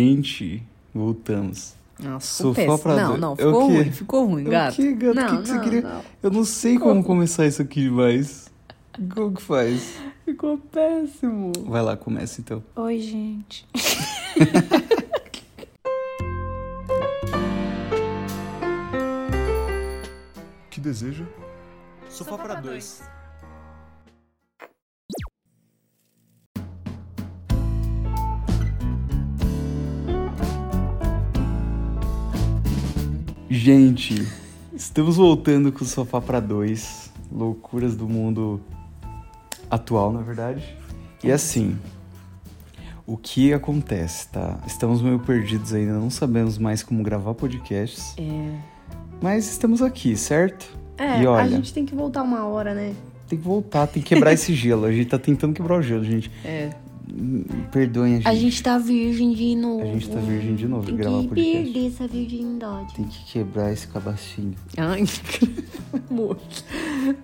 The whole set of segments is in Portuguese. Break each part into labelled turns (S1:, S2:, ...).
S1: Gente, voltamos.
S2: Nossa,
S1: Sou
S2: Ah, ficou péssimo.
S1: sofrador.
S2: Não, não,
S1: É o
S2: ficou
S1: quê?
S2: ruim, ficou ruim,
S1: É o
S2: gato.
S1: quê, gato? O
S2: Não,
S1: que que você
S2: não,
S1: queria?
S2: não.
S1: Eu não sei como começar isso aqui mais. Como que faz?
S2: Ficou péssimo.
S1: Vai lá, começa então.
S2: Oi, gente.
S3: que deseja?
S1: Sofá para dois. Gente, estamos voltando com o Sofá para dois. Loucuras do mundo atual, na verdade. E assim, o que acontece, tá? Estamos meio perdidos ainda, não sabemos mais como gravar podcasts,
S2: É.
S1: mas estamos aqui, certo?
S4: É,
S1: E olha-
S4: a gente tem que voltar uma hora, né?
S1: Tem que voltar, tem que quebrar esse gelo. A gente tá tentando quebrar o gelo, gente.
S2: É.
S1: Hum, Perdoem a gente.
S4: A gente tá virgem de novo.
S1: A gente tá virgem de novo,
S4: Tem
S1: gravar
S4: que
S1: podcast.
S4: perder essa virgindade.
S1: Tem que quebrar esse cabacinho.
S2: Ai, morto.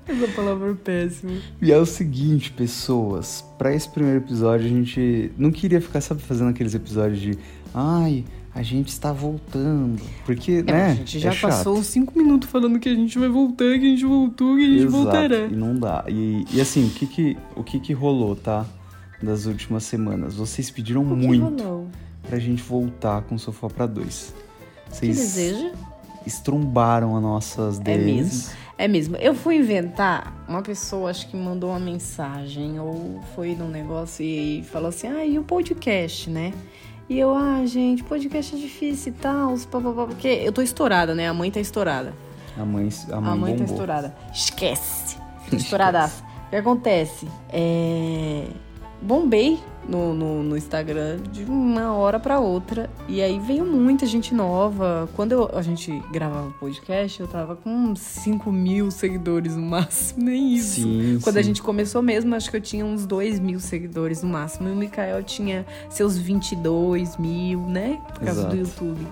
S2: Essa palavra é péssima.
S1: E é o seguinte, pessoas. Pra esse primeiro episódio, a gente não queria ficar, sabe, fazendo aqueles episódios de. Ai, a gente está voltando. Porque,
S2: É,
S1: né?
S2: a gente já
S1: é chato.
S2: passou uns 5 minutos falando que a gente vai voltar, que a gente voltou, que a gente
S1: Exato,
S2: voltará.
S1: E não dá. E, e assim, o que que, o que que rolou, tá? Das últimas semanas. Vocês pediram
S4: O que
S1: muito
S4: rolou?
S1: pra gente voltar com o Sofá pra dois.
S2: Que
S1: Vocês
S2: deseja?
S1: estrombaram as nossas DMs.
S2: mesmo. É mesmo. Eu fui inventar, uma pessoa acho que mandou uma mensagem ou foi num negócio e falou assim: ah, e o podcast, né? E eu, ah, gente, podcast é difícil e tal, os papapá", porque eu tô estourada, né? A mãe tá estourada.
S1: A mãe, a mãe,
S2: a mãe tá
S1: bombou.
S2: estourada. Esquece! Estouradaço. O que acontece? É... Bombei no, no, no Instagram de uma hora pra outra. E aí veio muita gente nova. Quando eu- a gente gravava o podcast, eu tava com uns 5 mil seguidores no máximo. Nem isso.
S1: Sim,
S2: Quando a
S1: sim.
S2: gente começou mesmo, acho que eu tinha uns 2 mil seguidores no máximo. E o Mikael tinha seus 22 mil, né? Por causa do
S1: Exato.
S2: YouTube.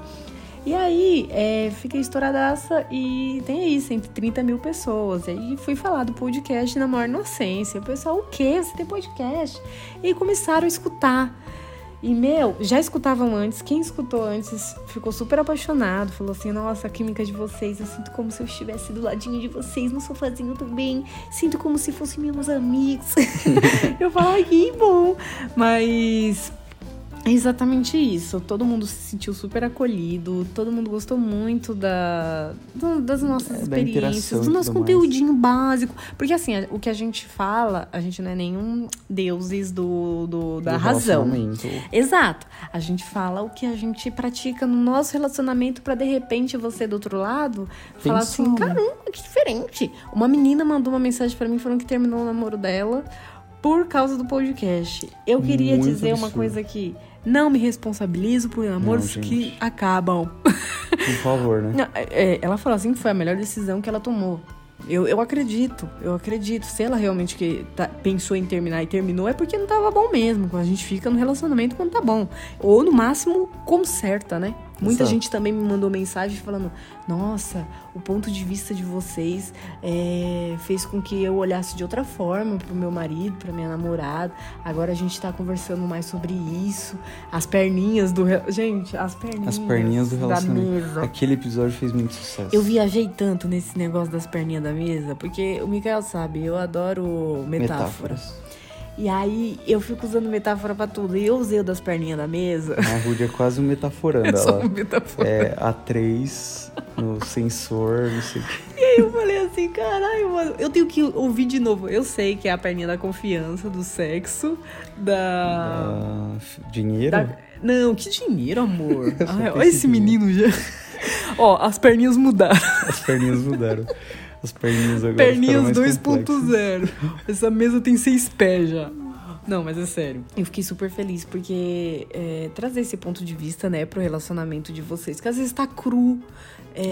S2: E aí, é, fiquei estouradaça e tem aí 130 mil pessoas. E aí fui falar do podcast na maior inocência. O pessoal, o quê? Você tem podcast? E aí começaram a escutar. E, meu, já escutavam antes. Quem escutou antes ficou super apaixonado. Falou assim, nossa, a química de vocês. Eu sinto como se eu estivesse do ladinho de vocês, no sofazinho também. Sinto como se fossem meus amigos. eu falo, ai, que bom. Mas... É exatamente isso. Todo mundo se sentiu super acolhido, todo mundo gostou muito da, do- das nossas
S1: É, da interação
S2: experiências,
S1: e
S2: do nosso
S1: tudo mais.
S2: conteúdinho básico. Porque assim, a- o que a gente fala, a gente não é nenhum deuses do, do- da
S1: Do
S2: razão.
S1: relacionamento.
S2: Exato. A gente fala o que a gente pratica no nosso relacionamento pra de repente você do outro lado falar
S1: Pensou,
S2: assim:
S1: né?
S2: caramba, que diferente. Uma menina mandou uma mensagem pra mim falando que terminou o namoro dela por causa do podcast. Eu queria
S1: Muito
S2: dizer uma
S1: absurdo.
S2: coisa aqui. Não me responsabilizo por namoros
S1: Não, gente.
S2: que acabam.
S1: Por favor, né?
S2: Não, é, é, ela falou assim que foi a melhor decisão que ela tomou. Eu, eu acredito, eu acredito. Se ela realmente que tá- pensou em terminar e terminou, é porque não tava bom mesmo. A gente fica no relacionamento quando tá bom. Ou, no máximo, conserta, né? Muita
S1: Exato.
S2: gente também me mandou mensagem falando: Nossa, o ponto de vista de vocês é, fez com que eu olhasse de outra forma pro meu marido, pra minha namorada. Agora a gente tá conversando mais sobre isso. As perninhas do. re- Gente, as
S1: As
S2: perninhas.
S1: perninhas do relacionamento. É
S2: Da mesa.
S1: Aquele episódio fez muito sucesso.
S2: Eu viajei tanto nesse negócio das perninhas da mesa, porque o Mikael sabe, eu adoro metáfora.
S1: metáforas.
S2: E aí eu fico usando metáfora pra tudo. E eu usei o das perninhas da mesa.
S1: A Rudy é quase um metaforando.
S2: É só
S1: Ela
S2: uma metáfora.
S1: é A3 no sensor, não sei o que.
S2: E aí eu falei assim, caralho, mano, eu tenho que ouvir de novo. Eu sei que é a perninha da confiança, do sexo, da.
S1: Ah, f- dinheiro?
S2: da- Não, que dinheiro, amor.
S1: Eu só
S2: Ai, olha
S1: pensei
S2: esse
S1: em dinheiro.
S2: menino já. Ó, as perninhas mudaram.
S1: As perninhas mudaram. As perninhas agora ficaram
S2: Perninhas
S1: mais
S2: 2.0. Essa mesa tem seis pés já. Não, mas é sério. Eu fiquei super feliz porque é, trazer esse ponto de vista, né, pro relacionamento de vocês, que às vezes tá cru. é,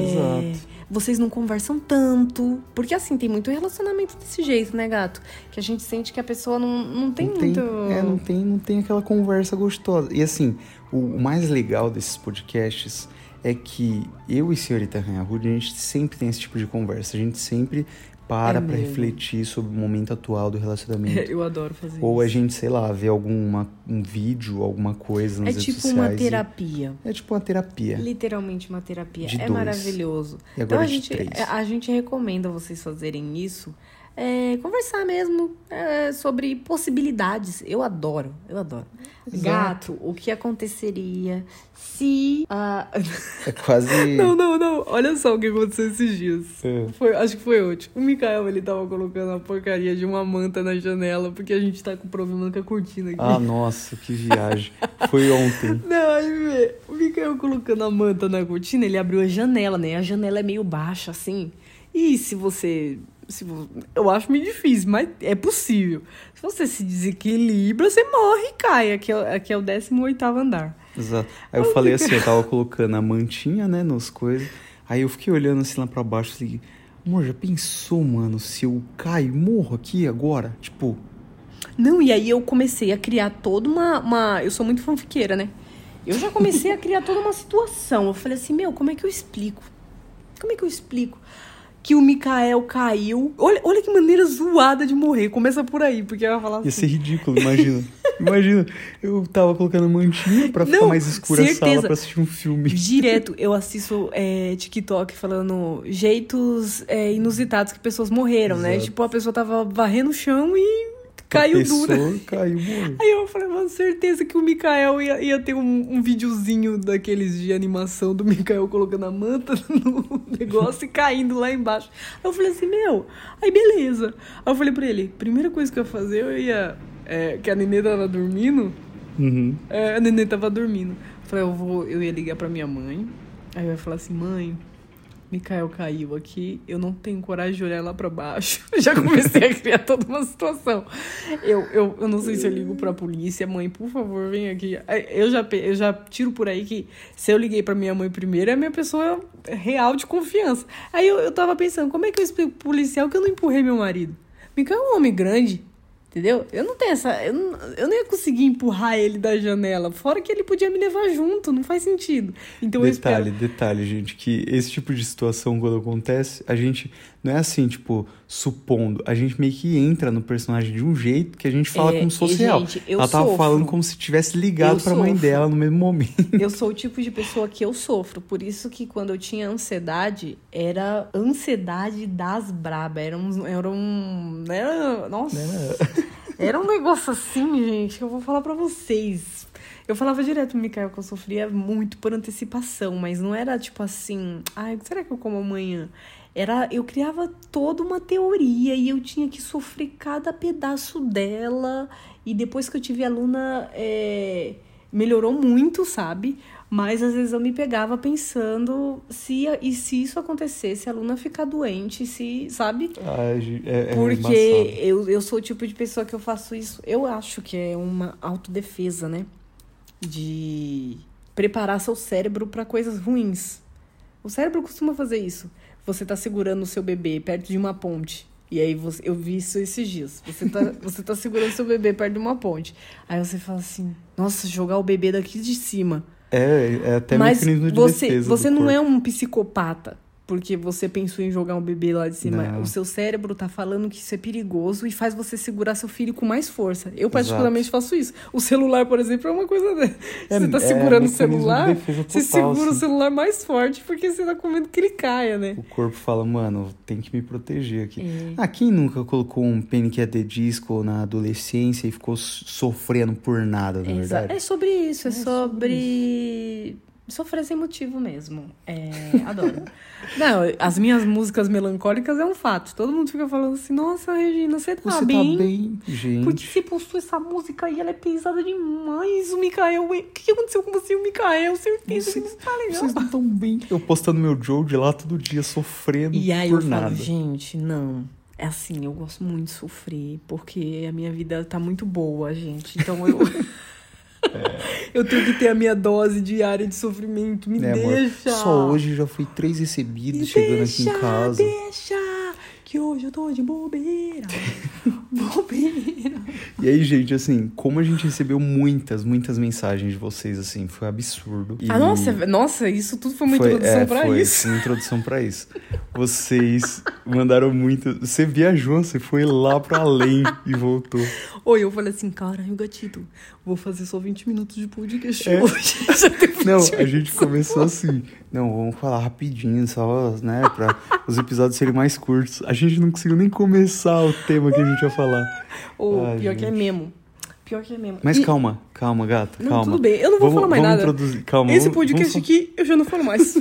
S1: Exato.
S2: Vocês não conversam tanto. Porque assim, tem muito relacionamento desse jeito, né, gato? Que a gente sente que a pessoa não, não tem
S1: não
S2: muito.
S1: É, não tem, não tem aquela conversa gostosa. E assim, o, o mais legal desses podcasts é que eu e senhorita Ranha Rude, a gente sempre tem esse tipo de conversa. A gente sempre para pra
S2: É mesmo. É
S1: refletir sobre o momento atual do relacionamento.
S2: Eu adoro fazer
S1: Ou a
S2: isso.
S1: gente, sei lá, vê alguma, um vídeo, alguma coisa
S2: É
S1: nas redes
S2: tipo
S1: sociais.
S2: uma
S1: e-
S2: terapia.
S1: É tipo uma terapia.
S2: Literalmente uma terapia.
S1: De
S2: é
S1: dois.
S2: maravilhoso.
S1: E
S2: Então
S1: agora
S2: a
S1: de
S2: gente,
S1: três.
S2: a gente recomenda vocês fazerem isso. é, conversar mesmo é, sobre possibilidades. Eu adoro, eu adoro.
S1: Exato.
S2: Gato, o que aconteceria se. ah,
S1: É quase.
S2: Não, não, não. Olha só o que aconteceu esses dias.
S1: É.
S2: Foi, acho que foi hoje. O Mikael, ele tava colocando a porcaria de uma manta na janela, porque a gente tá com problema com a cortina aqui.
S1: Ah, nossa, que viagem. Foi ontem.
S2: Não, aí vê. O Mikael colocando a manta na cortina, ele abriu a janela, né? A janela é meio baixa, assim. E se você. Se vo- Eu acho meio difícil, mas é possível. Se você se desequilibra, você morre e cai. Aqui é, aqui é o 18 andar.
S1: Exato. Aí eu falei assim, eu tava colocando a mantinha, né, nos coisas. Aí eu fiquei olhando assim lá pra baixo, assim, amor, já pensou, mano, se eu caio e morro aqui agora? Tipo,
S2: Não, e aí eu comecei a criar toda uma. uma- Eu sou muito fanfiqueira, né? Eu já comecei a criar toda uma situação. Eu falei assim, meu, como é que eu explico? Como é que eu explico? Que o Mikael caiu. Olha, olha que maneira zoada de morrer. Começa por aí, porque ela vai falar
S1: ia
S2: assim.
S1: ser ridículo, imagina. imagina, eu tava colocando a mantinha pra ficar
S2: Não,
S1: mais escura a
S2: certeza.
S1: sala pra assistir um filme.
S2: Direto eu assisto é, TikTok falando jeitos é, inusitados que pessoas morreram, né?
S1: Exato.
S2: Tipo, a pessoa tava varrendo o chão e caiu
S1: Pessoa,
S2: dura.
S1: Caiu, morreu.
S2: Aí eu falei, mano, certeza que o Mikael ia, ia ter um, um videozinho daqueles de animação do Mikael colocando a manta no negócio e caindo lá embaixo. Aí eu falei assim, meu, aí beleza. Aí eu falei pra ele, primeira coisa que eu ia fazer, eu ia. é, que a nenê tava dormindo.
S1: Uhum.
S2: É, a neném tava dormindo. Eu Falei, eu vou, eu ia ligar pra minha mãe. Aí eu ia falar assim, mãe, Mikael caiu aqui, eu não tenho coragem de olhar lá pra baixo. Eu Já comecei a criar toda uma situação. Eu, eu, eu não sei se eu ligo pra polícia, mãe, por favor, vem aqui. Aí Eu já, pe- eu já tiro por aí que se eu liguei pra minha mãe primeiro, é a minha pessoa real de confiança. Aí eu, eu tava pensando, como é que eu explico pro policial que eu não empurrei meu marido? Mikael é um homem grande. Entendeu? Eu não tenho essa. Eu não, eu não ia conseguir empurrar ele da janela. Fora que ele podia me levar junto, não faz sentido. Então eu
S1: detalhe,
S2: espero.
S1: detalhe, gente, que esse tipo de situação, quando acontece, a gente não é assim, tipo, supondo. A gente meio que entra no personagem de um jeito que a gente fala
S2: É,
S1: como se fosse
S2: e,
S1: real.
S2: gente, eu
S1: Ela tava
S2: sofro.
S1: falando como se tivesse ligado
S2: Eu
S1: pra mãe
S2: sofro.
S1: dela no mesmo momento.
S2: Eu sou o tipo de pessoa que eu sofro. Por isso que quando eu tinha ansiedade, era ansiedade das braba. Era um. Era um. Era, nossa. Era um negócio assim, gente, que eu vou falar pra vocês. Eu falava direto pro Mikael que eu sofria muito por antecipação, mas não era tipo assim, ai, será que eu como amanhã? Era, eu criava toda uma teoria e eu tinha que sofrer cada pedaço dela. E depois que eu tive aluna, é, melhorou muito, sabe? Mas às vezes eu me pegava pensando se e se isso acontecesse, a aluna ficar doente, se, sabe?
S1: Ai, gente, é, é
S2: Porque
S1: embaçado.
S2: eu, eu sou o tipo de pessoa que eu faço isso. Eu acho que é uma autodefesa, né? De preparar seu cérebro pra coisas ruins. O cérebro costuma fazer isso. Você tá segurando o seu bebê perto de uma ponte. E aí você, eu vi isso esses dias. Você tá, você tá segurando seu bebê perto de uma ponte. Aí você fala assim: "Nossa, jogar o bebê daqui de cima".
S1: É, é até
S2: Mas
S1: mecanismo de
S2: você,
S1: defesa do
S2: você não
S1: corpo.
S2: é um psicopata porque você pensou em jogar um bebê lá de cima.
S1: Não.
S2: O seu cérebro tá falando que isso é perigoso e faz você segurar seu filho com mais força. Eu, particularmente, façso isso. O celular, por exemplo, é uma coisa. dessa.
S1: É-
S2: você tá
S1: é
S2: segurando
S1: mecanismo
S2: o
S1: de
S2: celular,
S1: defesa
S2: você
S1: total,
S2: segura o
S1: assim.
S2: celular mais forte porque você tá com medo que ele caia, né? É.
S1: O corpo fala, mano, tem que me proteger
S2: Uhum.
S1: aqui. Ah, quem nunca colocou um peniquete de disco na adolescência e ficou so- sofrendo por nada, na
S2: Exa-
S1: verdade?
S2: É sobre isso, é, sobre. Sofrer sem motivo mesmo. É, adoro. Não, as minhas músicas melancólicas é um fato. Todo mundo fica falando assim, nossa, Regina, você tá,
S1: Você
S2: bem?
S1: tá bem, gente.
S2: Por que você postou essa música aí? Ela é pesada demais. O Mikael. O que que aconteceu com você, o Mikael? Certeza que
S1: Vocês-
S2: não tá legal.
S1: Vocês não estão bem. Eu postando meu Joe de lá todo dia, sofrendo
S2: E aí
S1: por
S2: eu
S1: nada.
S2: falo, gente, não. É assim, eu gosto muito de sofrer, porque a minha vida tá muito boa, gente. Então eu.
S1: É.
S2: eu tenho que ter a minha dose diária de sofrimento. Me
S1: né, amor?
S2: deixa.
S1: Só hoje já fui três recebidos
S2: Me
S1: chegando aqui
S2: deixa,
S1: em casa.
S2: Deixa, que hoje eu tô de bobeira. Bobeira.
S1: E aí, gente, assim, como a gente recebeu muitas, muitas mensagens de vocês, assim, foi absurdo. E
S2: Ah, nossa, nossa, isso tudo foi uma introdução
S1: é,
S2: pra
S1: foi
S2: isso.
S1: Uma introdução pra isso. Vocês mandaram muito. Você viajou, você foi lá pra além e voltou.
S2: Oi, eu falei assim, caralho, gatito, vou fazer só 20 minutos de podcast
S1: É.
S2: hoje. Já tem 20
S1: Não, a
S2: minutos.
S1: gente começou assim. Não, vamos falar rapidinho, só, né, pra os episódios serem mais curtos. A gente não conseguiu nem começar o tema que a gente ia falar.
S2: Ô,
S1: Ai,
S2: pior que é
S1: gente.
S2: mesmo. Pior que é mesmo.
S1: Mas
S2: E-
S1: calma, calma, gata,
S2: Não,
S1: calma.
S2: tudo bem, eu não vou falar mais
S1: vamos
S2: nada.
S1: Introduzir, calma,
S2: Esse
S1: vamos- vamos
S2: podcast
S1: só-
S2: aqui, eu já não falo mais.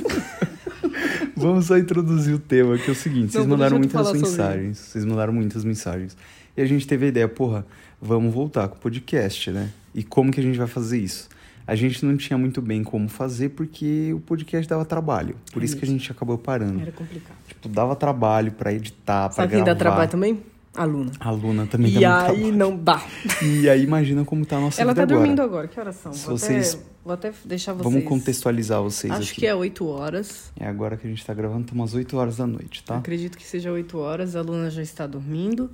S1: Vamos só introduzir o tema, que é o seguinte:
S2: Não,
S1: vocês
S2: vou
S1: mandaram
S2: deixar tu
S1: muitas
S2: falar sobre
S1: mensagens. Vocês mandaram muitas mensagens. E a gente teve a ideia, porra, vamos voltar com o podcast, né? E como que a gente vai fazer isso? A gente não tinha muito bem como fazer porque o podcast dava trabalho. Por
S2: É
S1: isso que a gente acabou parando.
S2: Era complicado.
S1: Tipo, dava trabalho pra editar, pra
S2: Sabe quem
S1: gravar.
S2: dá trabalho também? A Luna.
S1: A Luna também dá
S2: E
S1: muito
S2: aí
S1: trabalho.
S2: não dá.
S1: E aí imagina como tá a nossa
S2: Ela
S1: vida
S2: tá
S1: agora.
S2: dormindo agora. Que horas são?
S1: Se
S2: Vou,
S1: vocês-
S2: até, vou até deixar vocês.
S1: Vamos contextualizar vocês
S2: Acho
S1: aqui.
S2: que é 8 horas.
S1: É agora que a gente tá gravando, tá umas 8 horas da noite, tá?
S2: Acredito que seja 8 horas. A Luna já está dormindo.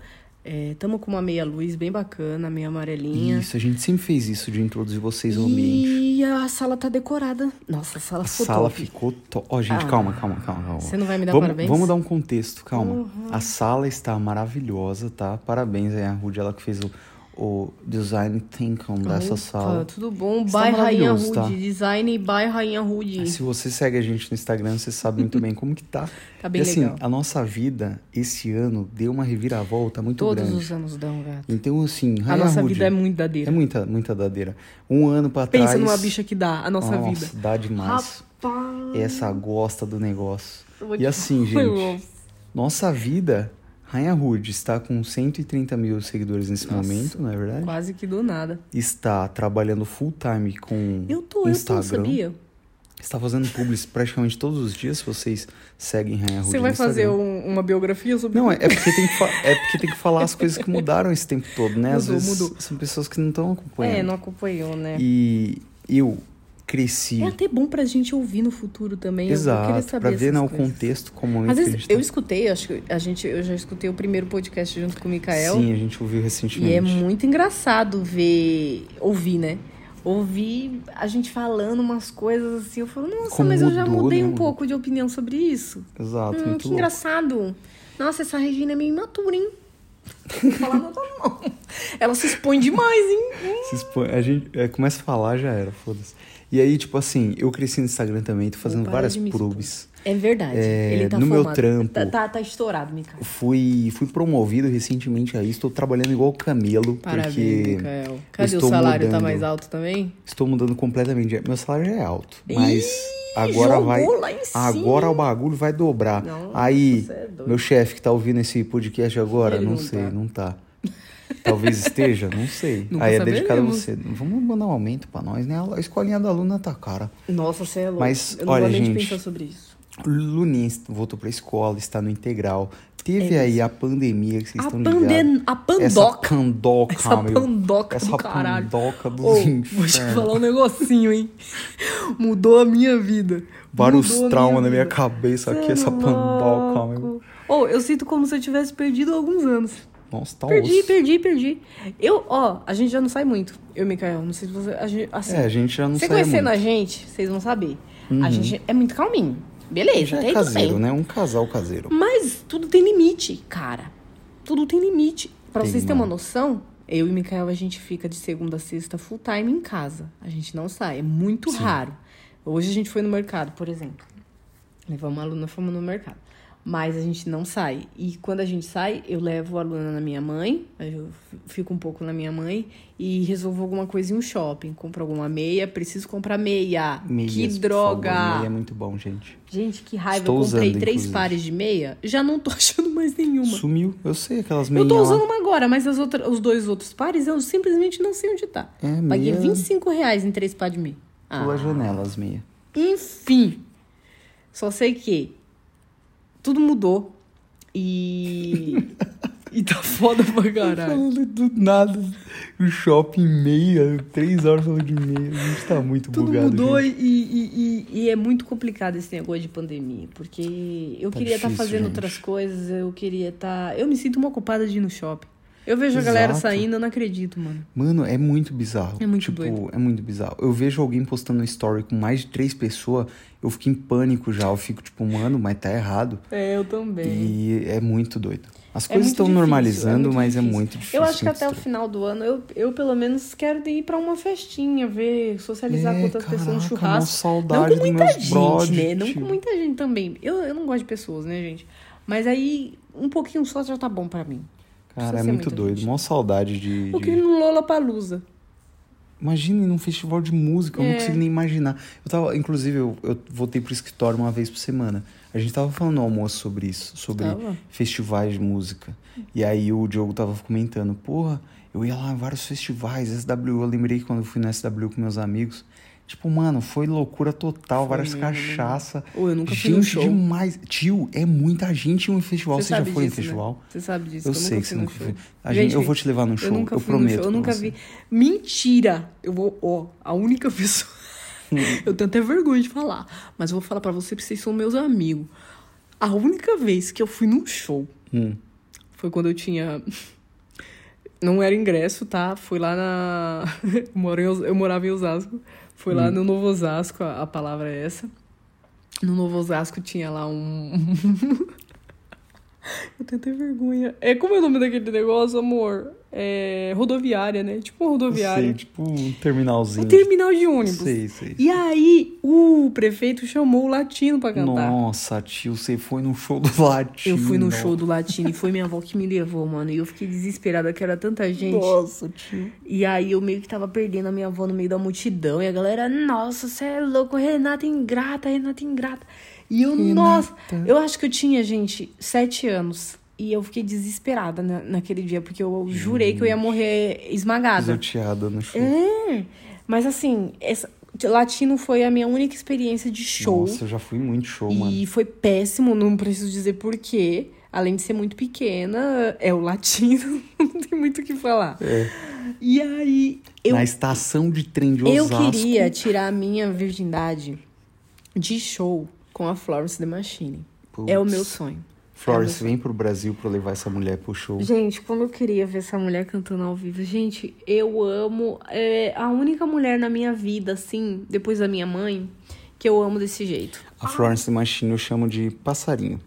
S2: Estamos com uma meia luz bem bacana, meia amarelinha.
S1: Isso, a gente sempre fez isso de introduzir vocês ao ambiente.
S2: E a sala tá decorada. Nossa, a sala
S1: A
S2: ficou
S1: sala
S2: top.
S1: ficou top. Ó, gente,
S2: Ah.
S1: calma, calma, calma. calma.
S2: Você não vai me dar
S1: vamos,
S2: parabéns? Uhum.
S1: vamos dar um contexto, calma. A sala está maravilhosa, tá? Parabéns aí a Rude, ela que fez o, o design thinking dessa
S2: Opa,
S1: sala.
S2: Tudo bom?
S1: Está
S2: By Rainha
S1: maravilhoso,
S2: Rude.
S1: tá?
S2: Design by Rainha Rude.
S1: Se você segue a gente no Instagram, você sabe muito bem como que tá.
S2: Tá
S1: e
S2: bem
S1: assim,
S2: legal.
S1: a nossa vida esse ano deu uma reviravolta muito
S2: Todos
S1: grande.
S2: os anos dão, gato.
S1: Então, assim,
S2: A
S1: Raya
S2: nossa
S1: Rude,
S2: vida é muito
S1: é
S2: dadeira.
S1: muita, muita dadeira. Um ano pra
S2: Pensa
S1: trás.
S2: numa bicha que dá a nossa, vida.
S1: dá demais.
S4: Pá.
S1: Essa gosta do negócio.
S2: Eu vou
S1: E
S2: te-
S1: assim,
S2: Eu
S1: gente,
S2: amo.
S1: Nossa vida, Rainha Rude está com 130 mil seguidores nesse
S2: Nossa.
S1: momento, não é verdade?
S2: Quase que do nada.
S1: Está trabalhando full time com
S2: Eu tô,
S1: Instagram.
S2: eu tô, sabia?
S1: Está fazendo publis praticamente todos os dias, se vocês seguem Rainha Rude
S2: Você vai
S1: no
S2: fazer
S1: Instagram.
S2: um- uma biografia sobre
S1: Não, é, é porque tem que fa- é porque tem que falar as coisas que mudaram esse tempo todo, né? Às
S2: Mudou,
S1: vezes
S2: mudou.
S1: são pessoas que não estão acompanhando.
S2: É, não acompanhou, né?
S1: E eu cresci,
S2: É até bom pra gente ouvir no futuro também. eu queria
S1: exato,
S2: saber
S1: pra ver
S2: essas
S1: né, o
S2: coisas.
S1: contexto como
S2: Às
S1: que a
S2: vezes
S1: gente tá-
S2: eu escutei, acho que a gente, eu já escutei o primeiro podcast junto com o Mikael.
S1: Sim, a gente ouviu
S2: E
S1: recentemente.
S2: é muito engraçado ver, ouvir, né? Ouvir a gente falando umas coisas assim, eu falo, nossa,
S1: Como
S2: mas eu já
S1: mudou,
S2: mudei
S1: né?
S2: um pouco de opinião sobre isso.
S1: Exato,
S2: Hum,
S1: muito
S2: que
S1: louco.
S2: engraçado. Nossa, essa Regina é meio imatura, hein? Não vou falar nada, não. Ela se expõe demais, hein?
S1: Se expõe- a gente é, começa a falar, já era, foda-se. E aí, tipo assim, eu cresci no Instagram também, tô fazendo
S2: parar
S1: várias
S2: de me expor.
S1: probes.
S2: É verdade.
S1: É,
S2: Ele tá
S1: no meu
S2: formado.
S1: trampo-
S2: Tá, tá, tá estourado, Micael.
S1: Fui, fui promovido recentemente a isso, tô trabalhando igual camelo,
S2: Parabéns,
S1: porque
S2: Micael.
S1: eu
S2: Cadê o
S1: estou
S2: salário? Tá
S1: mudando.
S2: mais alto também?
S1: estou mudando completamente. de- Meu salário já é alto, mas agora
S2: jogou
S1: vai.
S2: lá em cima.
S1: Agora o bagulho vai dobrar.
S2: Nossa,
S1: aí,
S2: você é doido.
S1: meu chefe que tá ouvindo esse podcast agora,
S2: Ele
S1: não,
S2: não
S1: sei,
S2: tá.
S1: não tá. Talvez esteja, não sei.
S2: Nunca
S1: aí é dedicado a
S2: saberemos.
S1: você. Vamos mandar um aumento pra nós, né? A escolinha da aluna tá cara.
S2: Nossa, você é louco.
S1: Mas,
S2: eu não
S1: olha,
S2: vou nem te
S1: gente,
S2: pensar sobre isso.
S1: Lunin voltou pra escola, está no integral. Teve aí a pandemia que vocês
S2: A,
S1: estão
S2: panden...
S1: ligados.
S2: a
S1: Essa
S2: pandoca.
S1: pandoca,
S2: Essa
S1: meu.
S2: pandoca
S1: Essa
S2: do caralho.
S1: pandoca dos
S2: Ô, vou te
S1: infernos.
S2: falar um negocinho, hein? Mudou a minha vida.
S1: Vários
S2: Mudou a
S1: traumas na minha
S2: vida.
S1: cabeça
S2: Cê
S1: aqui,
S2: é
S1: essa pandoca, meu.
S2: louco. Ô, eu sinto como se eu tivesse perdido alguns anos.
S1: Nossa, tá
S2: Perdi,
S1: osso.
S2: perdi, perdi. Eu, ó, a gente já não sai muito. Eu, e Micael, não sei se você. A gente, assim,
S1: É, a gente já não
S2: você
S1: saiu muito. Uhum.
S2: conhecendo a gente, vocês vão saber. A gente é muito calminho. Beleza,
S1: Já
S2: até
S1: é
S2: aí tudo bem.
S1: caseiro, né? Um casal caseiro.
S2: Mas tudo tem limite, cara. Tudo tem limite. Pra
S1: Tem,
S2: vocês terem uma
S1: mano.
S2: noção, eu e Mikael, a gente fica de segunda a sexta full time em casa. A gente não sai, é muito
S1: Sim.
S2: raro. Hoje a gente foi no mercado, por exemplo. Levamos a aluna, fomos no mercado. Mas a gente não sai. E quando a gente sai, eu levo a aluna na minha mãe, aí eu f- fico um pouco na minha mãe e resolvo alguma coisa em um shopping. Compro alguma meia, preciso comprar meia.
S1: Meias,
S2: que
S1: por favor,
S2: droga!
S1: Meia é muito bom, gente.
S2: Gente, que raiva.
S1: Estou
S2: eu comprei
S1: usando,
S2: três
S1: inclusive.
S2: pares de meia, já não tô achando mais nenhuma.
S1: Sumiu. Eu sei aquelas meias
S2: Eu tô
S1: lá.
S2: usando uma agora, mas as outra- os dois outros pares eu simplesmente não sei onde tá.
S1: É,
S2: Paguei
S1: meia-
S2: 25 reais em três pares de meia.
S1: Pula
S2: Ah,
S1: a janela, as meias.
S2: enfim. Só sei que tudo mudou. E. e tá foda pra caralho.
S1: Falando do nada, o shopping meia, três horas falando de meia. A gente tá muito
S2: Tudo
S1: bugado.
S2: mudou
S1: gente.
S2: e, e- e- e é muito complicado esse negócio de pandemia, porque eu
S1: Tá
S2: queria estar
S1: difícil,
S2: fazendo
S1: gente.
S2: tá, outras coisas, eu queria estar. Eu me sinto uma ocupada de ir no shopping. Eu vejo a galera
S1: Exato.
S2: saindo, eu não acredito, mano.
S1: Mano, é muito bizarro.
S2: É muito
S1: tipo,
S2: doido.
S1: É muito bizarro. Eu vejo alguém postando um story com mais de três pessoas, eu fico em pânico já. Eu fico tipo, mano, mas tá errado.
S2: É, eu também.
S1: E é muito doido. As
S2: É
S1: coisas
S2: muito
S1: estão
S2: difícil,
S1: normalizando,
S2: é muito
S1: mas é
S2: difícil.
S1: muito difícil.
S2: Eu acho que
S1: muito
S2: até o
S1: estranho.
S2: final do ano eu, eu pelo menos quero ir pra uma festinha, ver, socializar com
S1: É,
S2: outras pessoas, um
S1: caraca,
S2: churrasco.
S1: mó
S2: Não
S1: saudade
S2: com
S1: do
S2: muita
S1: meus
S2: gente,
S1: brother,
S2: né? Não
S1: tio.
S2: com muita gente também. Eu, eu não gosto de pessoas, né, gente? Mas aí, um pouquinho só já tá bom pra mim.
S1: Cara,
S2: precisa
S1: é
S2: ser
S1: muito
S2: muita
S1: doido.
S2: gente.
S1: Mó saudade de.
S2: O
S1: de-
S2: que no Lollapalooza.
S1: Imagina ir num festival de música, eu
S2: É.
S1: não consigo nem imaginar. Eu tava, inclusive, eu, eu voltei pro escritório uma vez por semana. A gente tava falando no almoço sobre isso, sobre
S2: Tava.
S1: festivais de música. E aí o Diogo tava comentando, porra, eu ia lá em vários festivais, SW, eu lembrei quando eu fui no SW com meus amigos. Tipo, mano, foi loucura total,
S2: Foi
S1: várias
S2: mesmo,
S1: cachaça.
S2: Ou eu nunca fui num
S1: gente
S2: show.
S1: demais. Tio, é muita gente em um festival.
S2: Você
S1: Você, já
S2: sabe
S1: foi em
S2: disso, né?
S1: festival?
S2: Você sabe disso.
S1: Eu,
S2: que
S1: sei que você
S2: num
S1: nunca
S2: um show.
S1: foi. A gente, eu vou te levar num show,
S2: eu nunca fui num
S1: prometo.
S2: show, eu
S1: pra
S2: nunca
S1: você.
S2: vi. Mentira! Eu vou, ó, a única pessoa. eu tenho até vergonha de falar, mas eu vou falar pra você porque vocês são meus amigos. A única vez que eu fui num show
S1: Hum.
S2: foi quando eu tinha. Não era ingresso, tá? Fui lá na. eu, moro em Os- eu morava em Osasco. Fui lá no Novo Osasco, a, a palavra é essa. No Novo Osasco tinha lá um. eu tenho até vergonha. É, como é o nome daquele negócio, amor? É. Rodoviária, né? Tipo uma
S1: Eu sei,
S2: rodoviária.
S1: tipo um
S2: um
S1: terminalzinho.
S2: terminal de ônibus.
S1: Sei, sei.
S2: E aí, o prefeito chamou o latino pra cantar.
S1: Nossa, tio, você foi num show do Latino.
S2: Eu fui no show do Latino e foi minha avó que me levou, mano. E eu fiquei desesperada que era tanta gente.
S1: Nossa, tio.
S2: E aí eu meio que tava perdendo a minha avó no meio da multidão. E a galera, nossa, você é louco, Renata ingrata, Renata ingrata. E eu, nossa, eu acho que eu tinha, gente, sete anos. E eu fiquei desesperada na- naquele dia, porque eu jurei que eu ia morrer esmagada.
S1: Pisoteada no show.
S2: É. Mas assim, essa- latino foi a minha única experiência de show.
S1: Nossa, eu já fui em muito show, mano.
S2: E foi péssimo, não preciso dizer porquê. Além de ser muito pequena, é o latino, não tem muito o que falar.
S1: É.
S2: E aí, eu,
S1: Na estação de trem de
S2: eu
S1: Osasco.
S2: queria tirar a minha virgindade de show com a Florence The Machine.
S1: Putz.
S2: É o meu sonho.
S1: Flores, vem pro Brasil pra eu levar essa mulher pro show.
S2: Gente, como eu queria ver essa mulher cantando ao vivo. Gente, eu amo. É a única mulher na minha vida, assim, depois da minha mãe, que eu amo desse jeito.
S1: A Florence Machine eu chamo de passarinho.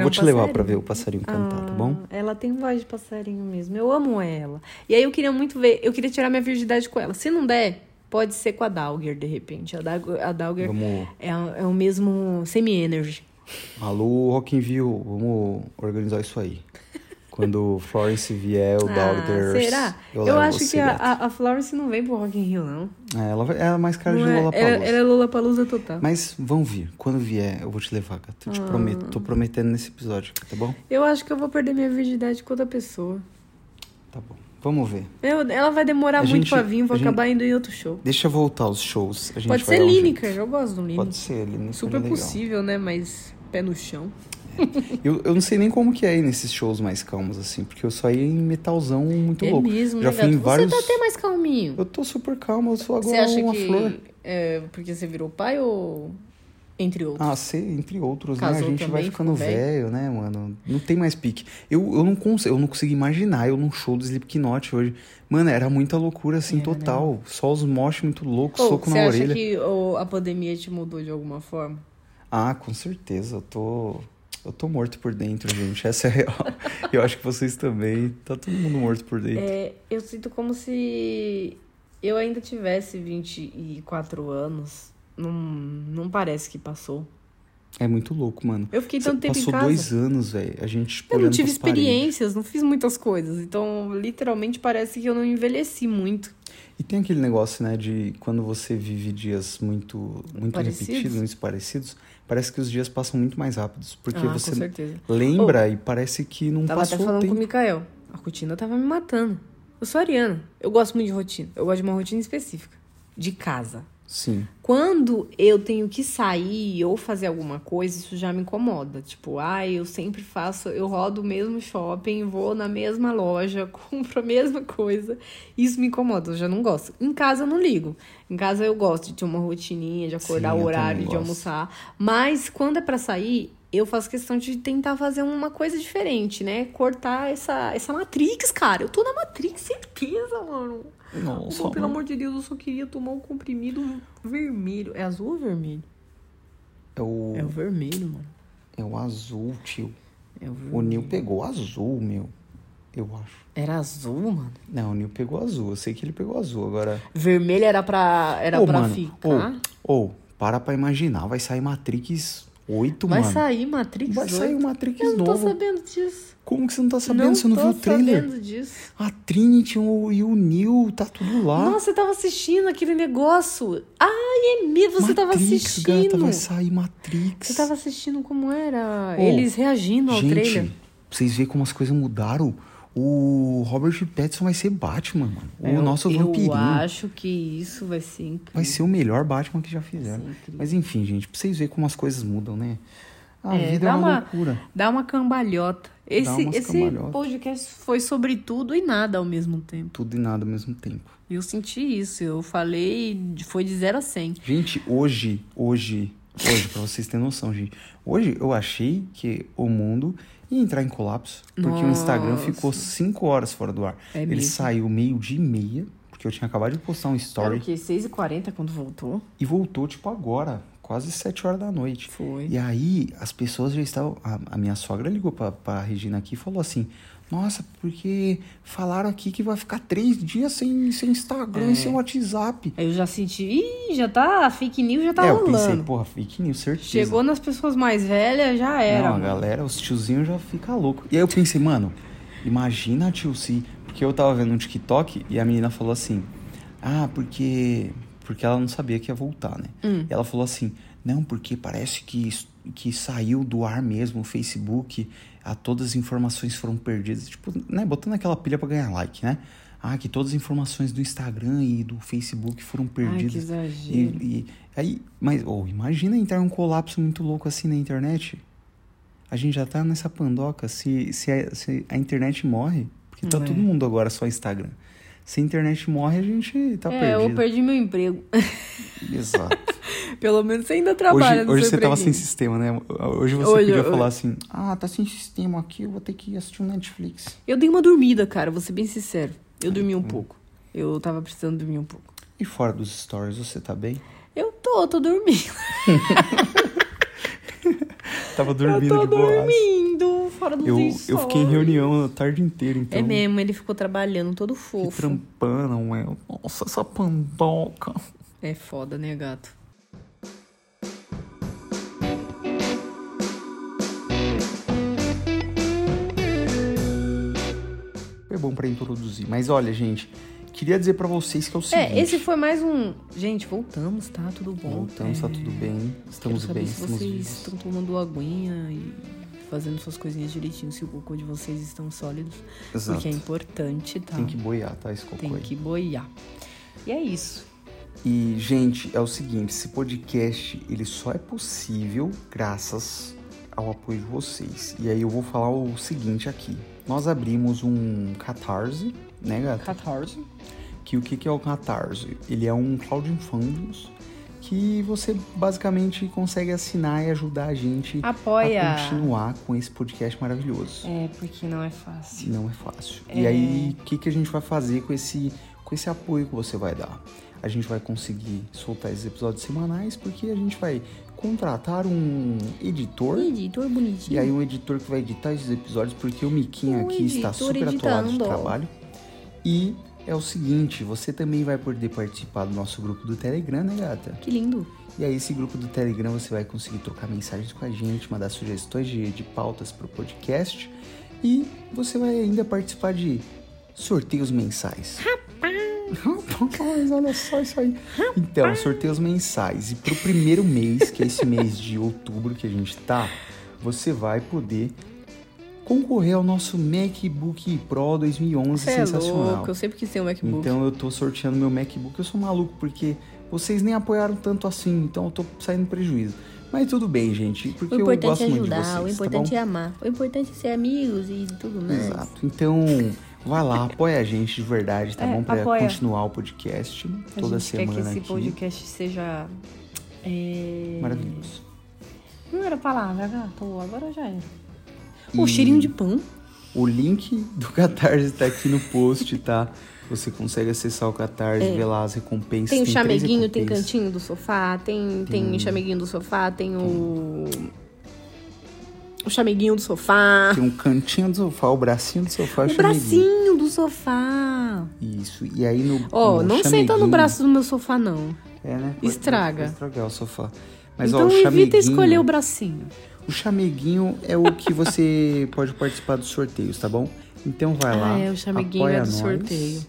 S1: eu vou
S2: um
S1: te levar
S2: passarinho.
S1: pra ver o passarinho cantar, tá bom?
S2: Ah, Ela tem voz de passarinho mesmo. Eu amo ela. E aí eu queria muito ver, eu queria tirar minha virgindade com ela. Se não der, pode ser com a Dalger, de repente. A, Dag- a Dalger
S1: Vamos.
S2: é, a- é o mesmo semi-energy.
S1: Alô, Rock in Rio, vamos organizar isso aí. Quando Florence vier, o
S2: Ah,
S1: Doubters.
S2: será? Eu,
S1: levo
S2: acho
S1: você,
S2: que a,
S1: gata.
S2: a- a Florence não vem pro Rock in Rio, não.
S1: É, ela, vai- ela é mais cara
S2: não
S1: de
S2: é-
S1: Lola
S2: ela, ela é Lola Palusa total.
S1: Mas vão vir. Quando vier, eu vou te levar, gata. Eu
S2: Ah.
S1: te prometo. Tô prometendo nesse episódio, tá bom?
S2: Eu acho que eu vou perder minha virgindade com outra pessoa.
S1: Tá bom. Vamos ver.
S2: Eu- ela vai demorar
S1: A
S2: muito
S1: gente-
S2: pra vir, eu vou
S1: a gente-
S2: acabar indo em outro show.
S1: Deixa eu voltar aos shows. A gente
S2: Pode
S1: vai
S2: ser
S1: dar um
S2: Lineker,
S1: jeito.
S2: eu gosto do Lineker.
S1: Pode ser Lineker.
S2: Super
S1: legal.
S2: possível, né? Mas pé no chão.
S1: Eu, eu não sei nem como que é ir nesses shows mais calmos, assim. Porque eu só ia em metalzão muito
S2: é
S1: louco.
S2: mesmo,
S1: Já
S2: né,
S1: fui em
S2: gato?
S1: vários...
S2: Você tá até mais calminho.
S1: Eu tô super calmo. Eu sou
S2: Você
S1: agora
S2: acha
S1: uma
S2: que
S1: flor.
S2: é porque você virou pai ou entre outros?
S1: Ah, ser, entre outros, né?
S2: Casou
S1: A gente vai
S2: também,
S1: ficando
S2: ficou velho.
S1: velho, né, mano? Não tem mais pique. Eu, eu, não consigo, eu não consigo imaginar eu num show do Slipknot hoje. Mano, era muita loucura, assim, total. Só os moches muito loucos,
S2: Ou
S1: Ah, soco
S2: É, né? você
S1: na
S2: acha
S1: orelha.
S2: que ô, a pandemia te mudou de alguma forma?
S1: Ah, com certeza. Eu tô. Eu tô morto por dentro, gente. Essa é a real. eu acho que vocês também. Tá todo mundo morto por dentro.
S2: É, eu sinto como se eu ainda tivesse 24 anos. Não, não parece que passou.
S1: É, muito louco, mano.
S2: Eu fiquei
S1: Cê
S2: tanto Então, tempo em
S1: Passou
S2: casa.
S1: dois anos, velho. A gente, tipo,
S2: Eu não
S1: olhando
S2: tive
S1: pras paredes.
S2: experiências, não fiz muitas coisas. Então, literalmente, parece que eu não envelheci muito.
S1: E tem aquele negócio, né, de quando você vive dias muito, muito
S2: Parecidos?
S1: repetidos, muito parecidos, parece que os dias passam muito mais rápidos, porque
S2: ah, com
S1: você
S2: certeza. Oh,
S1: lembra e parece que não
S2: Tava até
S1: passou o
S2: falando com
S1: tempo.
S2: o Mikael. A rotina tava me matando. Eu sou ariana. Eu gosto muito de rotina. Eu gosto de uma rotina específica. De casa.
S1: Sim.
S2: Quando eu tenho que sair ou fazer alguma coisa, isso já me incomoda. Tipo, ai, eu sempre faço, eu rodo o mesmo shopping, vou na mesma loja, compro a mesma coisa. Isso me incomoda, eu já não gosto. Em casa eu não ligo. Em casa eu gosto de ter uma rotininha, de acordar
S1: Sim,
S2: o
S1: eu
S2: horário,
S1: também
S2: de
S1: gosto.
S2: almoçar. Mas quando é pra sair, eu faço questão de tentar fazer uma coisa diferente, né? Cortar essa, essa Matrix, cara. Eu tô na Matrix, certeza, mano.
S1: Nossa,
S2: Pô, Então, pelo
S1: mano.
S2: amor de Deus, eu só queria tomar um comprimido vermelho. É azul ou vermelho?
S1: É o,
S2: É o vermelho, mano.
S1: é o azul, tio.
S2: É o vermelho.
S1: O Nil pegou azul, meu. Eu acho.
S2: Era azul, mano.
S1: Não, o Nil pegou azul. Eu sei que ele pegou azul. Agora.
S2: Vermelho era pra, era
S1: Ô,
S2: pra
S1: mano,
S2: ficar.
S1: Ou, para pra imaginar. Vai sair Matrix 8,
S2: Vai
S1: mano.
S2: sair Matrix
S1: Vai sair
S2: 8?
S1: o Matrix
S2: Eu não tô
S1: novo.
S2: sabendo disso.
S1: Como que você não tá sabendo?
S2: não
S1: você não
S2: tô
S1: viu o trailer?
S2: sabendo disso.
S1: A Trinity o- e o Neo, tá tudo lá.
S2: Nossa, você tava assistindo aquele negócio. Ai, é mesmo, você tava
S1: Matrix,
S2: assistindo.
S1: Gata, vai sair Matrix.
S2: Você tava assistindo como era
S1: Ô,
S2: eles reagindo ao
S1: Gente,
S2: trailer.
S1: pra vocês verem como as coisas mudaram. O Robert Pattinson vai ser Batman, mano. O
S2: Eu-
S1: nosso vampirinho.
S2: Eu acho que isso vai ser incrível.
S1: Vai ser o melhor Batman que já fizeram.
S2: Vai ser incrível.
S1: Mas enfim, gente, pra vocês verem como as coisas mudam, né? A
S2: É,
S1: vida é
S2: dá
S1: uma,
S2: uma-
S1: loucura.
S2: Dá uma cambalhota. Esse,
S1: umas
S2: esse
S1: cambalhotas.
S2: podcast foi sobre tudo e nada ao mesmo tempo.
S1: Tudo e nada ao mesmo tempo.
S2: Eu senti isso. Eu falei, de- foi de 0 a 100.
S1: Gente, hoje, hoje, hoje, pra vocês terem noção, gente. Hoje eu achei que o mundo ia entrar em colapso. Porque o Instagram
S2: Nossa.
S1: ficou cinco horas fora do ar.
S2: É
S1: Ele
S2: mesmo.
S1: saiu meio dia e meia, porque eu tinha acabado de postar um
S2: Era
S1: story.
S2: o quê? 6h40 quando voltou?
S1: E voltou, tipo, agora, quase sete horas da noite.
S2: Foi.
S1: E aí, as pessoas já estavam. A, a minha sogra ligou pra, pra Regina aqui e falou assim: Nossa, porque falaram aqui que vai ficar três dias sem, sem
S2: É.
S1: Instagram e sem WhatsApp.
S2: Aí eu já senti, ih, já tá, a fake news já tá
S1: é, eu pensei,
S2: rolando.
S1: porra, fake news, certeza.
S2: Chegou nas pessoas mais velhas, já era.
S1: Não, a
S2: mano.
S1: galera, os tiozinhos já fica louco. E aí eu pensei, mano, imagina tio se. Porque eu tava vendo um TikTok e a menina falou assim: Ah, porque. Porque ela não sabia que ia voltar, né?
S2: Hum.
S1: E ela falou assim: Não, porque parece que, s- que saiu do ar mesmo o Facebook, a, todas as informações foram perdidas. Tipo, né? Botando aquela pilha pra ganhar like, né? Ah, que todas as informações do Instagram e do Facebook foram
S2: Ai, que
S1: perdidas. E,
S2: exagero.
S1: e- aí, mas ou imagina entrar um colapso muito louco assim na internet. A gente já tá nessa pandoca se, se, a, se a internet morre, porque tá
S2: É.
S1: todo mundo agora só Instagram. Se a internet morre, a gente tá
S2: é, eu
S1: perdido.
S2: perdi meu emprego.
S1: Exato.
S2: Pelo menos você ainda trabalha
S1: hoje
S2: no
S1: hoje
S2: seu
S1: você tava sem
S2: empreguinho.
S1: sistema, né? Hoje você
S2: Hoje
S1: podia
S2: eu-
S1: falar assim: "Ah, tá sem sistema aqui, eu vou ter que assistir um Netflix".
S2: Eu dei uma dormida, cara, vou ser bem sincero. Eu dormi
S1: hum.
S2: um pouco. Eu tava precisando dormir um pouco.
S1: E fora dos stories, você tá bem?
S2: Eu tô, tô dormindo.
S1: Tava
S2: Eu
S1: dormindo
S2: tô
S1: de boas.
S2: dormindo. Fora do
S1: Eu, eu fiquei em reunião a tarde inteira, então.
S2: É mesmo, ele ficou trabalhando todo
S1: Que
S2: fofo.
S1: trampana, ué. Nossa, essa pandoca.
S2: É foda, né, gato?
S1: Foi bom pra introduzir. Mas olha, gente, queria dizer pra vocês que é o seguinte.
S2: É, esse foi mais um. Gente, voltamos, tá? Tudo bom?
S1: Voltamos,
S2: é...
S1: tá tudo bem.
S2: Quero
S1: Estamos
S2: saber
S1: bem,
S2: se
S1: estamos
S2: vocês
S1: vivos.
S2: estão tomando aguinha e fazendo suas coisinhas direitinho, se o cocô de vocês estão sólidos,
S1: Exato.
S2: porque é importante, tá?
S1: Tem que boiar, tá? Esse cocô
S2: Tem
S1: aí.
S2: que boiar. E é isso.
S1: E, gente, é o seguinte, esse podcast, ele só é possível graças ao apoio de vocês. E aí eu vou falar o seguinte aqui. Nós abrimos um Catarse, né, gata?
S2: 14.
S1: que o que que é o Catarse? Ele é um crowdfunding que você basicamente consegue assinar e ajudar a gente
S2: Apoia.
S1: a continuar com esse podcast maravilhoso.
S2: É, porque não é fácil.
S1: Não é fácil. E aí, o que que a gente vai fazer com esse com esse apoio que você vai dar? A gente vai conseguir soltar esses episódios semanais porque a gente vai contratar um editor
S2: Editor bonitinho.
S1: e aí um editor que vai editar esses episódios, porque o Miquinho
S2: Um
S1: aqui está
S2: editor
S1: super atuado de
S2: editando.
S1: trabalho. E é o seguinte, você também vai poder participar do nosso grupo do Telegram, né, gata?
S2: Que lindo.
S1: E aí esse grupo do Telegram você vai conseguir trocar mensagens com a gente, mandar sugestões de, de pautas pro podcast. E você vai ainda participar de sorteios mensais. Rapaz, olha só isso aí. Então, sorteios mensais. E pro primeiro mês, que é esse mês de outubro que a gente tá, você vai poder concorrer ao nosso MacBook Pro 2011
S2: Você é
S1: sensacional.
S2: louco. Eu sempre quis ter um MacBook.
S1: Então eu tô sorteando meu MacBook. Eu sou maluco porque vocês nem apoiaram tanto assim, então eu tô saindo prejuízo. Mas tudo bem, gente, porque
S4: o
S1: eu gosto
S4: importante é ajudar,
S1: muito de vocês,
S4: o
S1: tá
S4: importante
S1: bom?
S4: é amar. O importante é ser amigos e tudo
S2: é
S4: mais.
S1: Exato. Então, vai lá, apoia a gente de verdade, tá
S2: É,
S1: bom? Pra
S2: apoia.
S1: continuar o podcast
S2: a
S1: toda
S2: gente
S1: semana
S2: quer que esse
S1: aqui.
S2: podcast seja. é,
S1: Maravilhoso.
S2: Não era palavra, gato. Agora já é.
S1: E
S2: O cheirinho de pão.
S1: O link do Catarse tá aqui no post, tá? Você consegue acessar o Catarse, ver lá as recompensas.
S2: É. Tem o
S1: três Hum.
S2: chameguinho, tem
S1: recompensas.
S2: cantinho do sofá, tem, tem chameguinho do sofá, tem o. O chameguinho do sofá.
S1: Tem um cantinho do sofá, o bracinho do sofá.
S2: O
S1: chameguinho.
S2: bracinho do sofá.
S1: Isso. E aí no.
S2: Ó,
S1: no
S2: não senta no
S1: chameguinho-
S2: braço do meu sofá, não.
S1: É, né?
S2: Estraga.
S1: pode estragar o sofá. Mas ó,
S2: então
S1: o
S2: evita
S1: chameguinho-
S2: escolher o bracinho.
S1: O chameguinho é o que você pode participar dos sorteios, tá bom? Então vai lá.
S2: Ah, é, o chameguinho
S1: apoia
S2: é do
S1: nós,
S2: sorteio.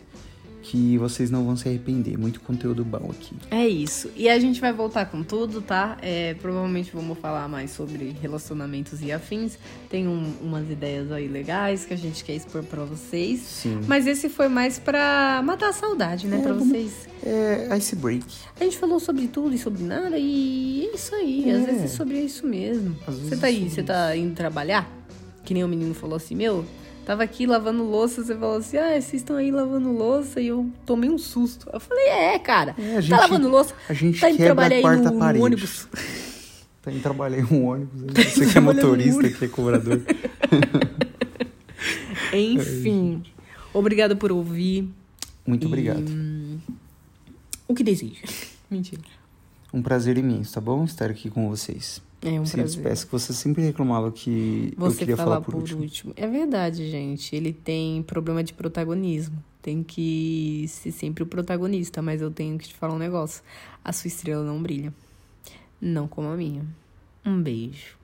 S1: Que vocês não vão se arrepender. Muito conteúdo bom aqui.
S2: É isso. E a gente vai voltar com tudo, tá? É, provavelmente vamos falar mais sobre relacionamentos e afins. Tem um- umas ideias aí legais que a gente quer expor pra vocês.
S1: Sim.
S2: Mas esse foi mais pra matar a saudade, né?
S1: É,
S2: pra
S1: vamos-
S2: vocês.
S1: É Ice Break.
S2: A gente falou sobre tudo e sobre nada e é isso aí. Às
S1: É.
S2: vezes é sobre isso mesmo.
S1: Às vezes
S2: Você tá
S1: é
S2: aí,
S1: sobre
S2: você tá indo trabalhar? Que nem o menino falou assim, meu, tava aqui lavando louça, você falou assim, ah, vocês estão aí lavando louça e eu tomei um susto. Eu falei, é, cara,
S1: É, a
S2: tá
S1: gente-
S2: lavando louça,
S1: A gente
S2: tá indo
S1: quebra
S2: trabalhar
S1: a
S2: aí
S1: quarta
S2: no, no
S1: parede.
S2: ônibus. Tá
S1: Tá indo trabalhar em um ônibus. né? Você que é
S2: trabalhando no
S1: motorista,
S2: ônibus.
S1: que é cobrador.
S2: É Enfim, obrigada por ouvir.
S1: Muito obrigado.
S2: O que deseja. Mentira.
S1: Um prazer imenso, tá bom? Estar aqui com vocês.
S2: É um
S1: Sim,
S2: prazer.
S1: peço que você sempre reclamava que eu
S2: Você
S1: queria
S2: falar,
S1: falar por último.
S2: É verdade, gente. Ele tem problema de protagonismo. Tem que ser sempre o protagonista, mas eu tenho que te falar um negócio. A sua estrela não brilha. Não como a minha. Um beijo.